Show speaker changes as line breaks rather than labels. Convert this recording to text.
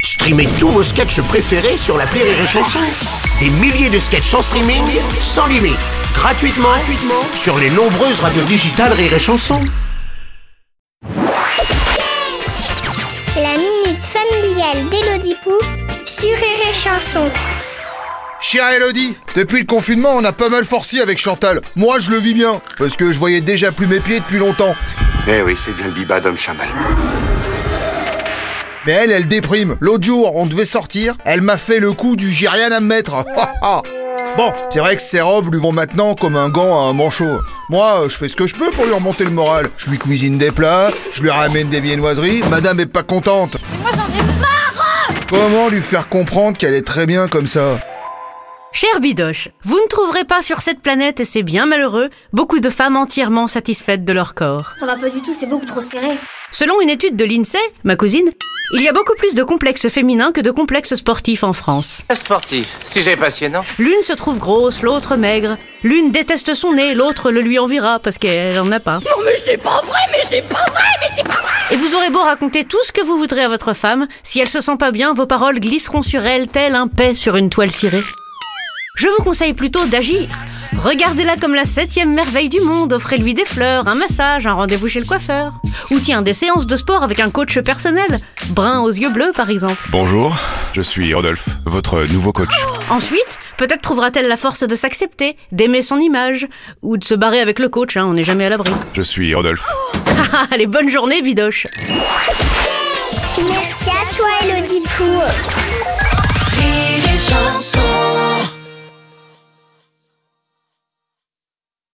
Streamez tous vos sketchs préférés sur la Rire et Chanson. Des milliers de sketchs en streaming, sans limite, gratuitement, gratuitement sur les nombreuses radios digitales Rire et Chanson.
La minute familiale d'Élodie Pou sur Rire et Chanson.
Chère Elodie, depuis le confinement, on a pas mal forci avec Chantal. Moi, je le vis bien, parce que je voyais déjà plus mes pieds depuis longtemps.
Eh oui, c'est bien le biba d'homme chamal.
Mais elle, elle déprime. L'autre jour, on devait sortir, elle m'a fait le coup du j'ai rien à me mettre. bon, c'est vrai que ces robes lui vont maintenant comme un gant à un manchot. Moi, je fais ce que je peux pour lui remonter le moral. Je lui cuisine des plats, je lui ramène des viennoiseries, madame est pas contente. Comment lui faire comprendre qu'elle est très bien comme ça
Cher Bidoche, vous ne trouverez pas sur cette planète, et c'est bien malheureux, beaucoup de femmes entièrement satisfaites de leur corps.
Ça va pas du tout, c'est beaucoup trop serré.
Selon une étude de l'INSEE, ma cousine, il y a beaucoup plus de complexes féminins que de complexes sportifs en France.
Sportif, sujet passionnant.
L'une se trouve grosse, l'autre maigre. L'une déteste son nez, l'autre le lui envira parce qu'elle en a pas. Non mais c'est pas vrai, mais c'est pas vrai, mais c'est pas vrai Et vous aurez beau raconter tout ce que vous voudrez à votre femme, si elle se sent pas bien, vos paroles glisseront sur elle tel un paix sur une toile cirée. Je vous conseille plutôt d'agir. Regardez-la comme la septième merveille du monde, offrez-lui des fleurs, un massage, un rendez-vous chez le coiffeur. Ou tiens, des séances de sport avec un coach personnel, brun aux yeux bleus par exemple.
Bonjour, je suis Rodolphe, votre nouveau coach.
Ensuite, peut-être trouvera-t-elle la force de s'accepter, d'aimer son image, ou de se barrer avec le coach, hein, on n'est jamais à l'abri.
Je suis Rodolphe.
Ah, allez, bonne journée, Bidoche
Merci à toi, Elodie Pou.
Rire et chanson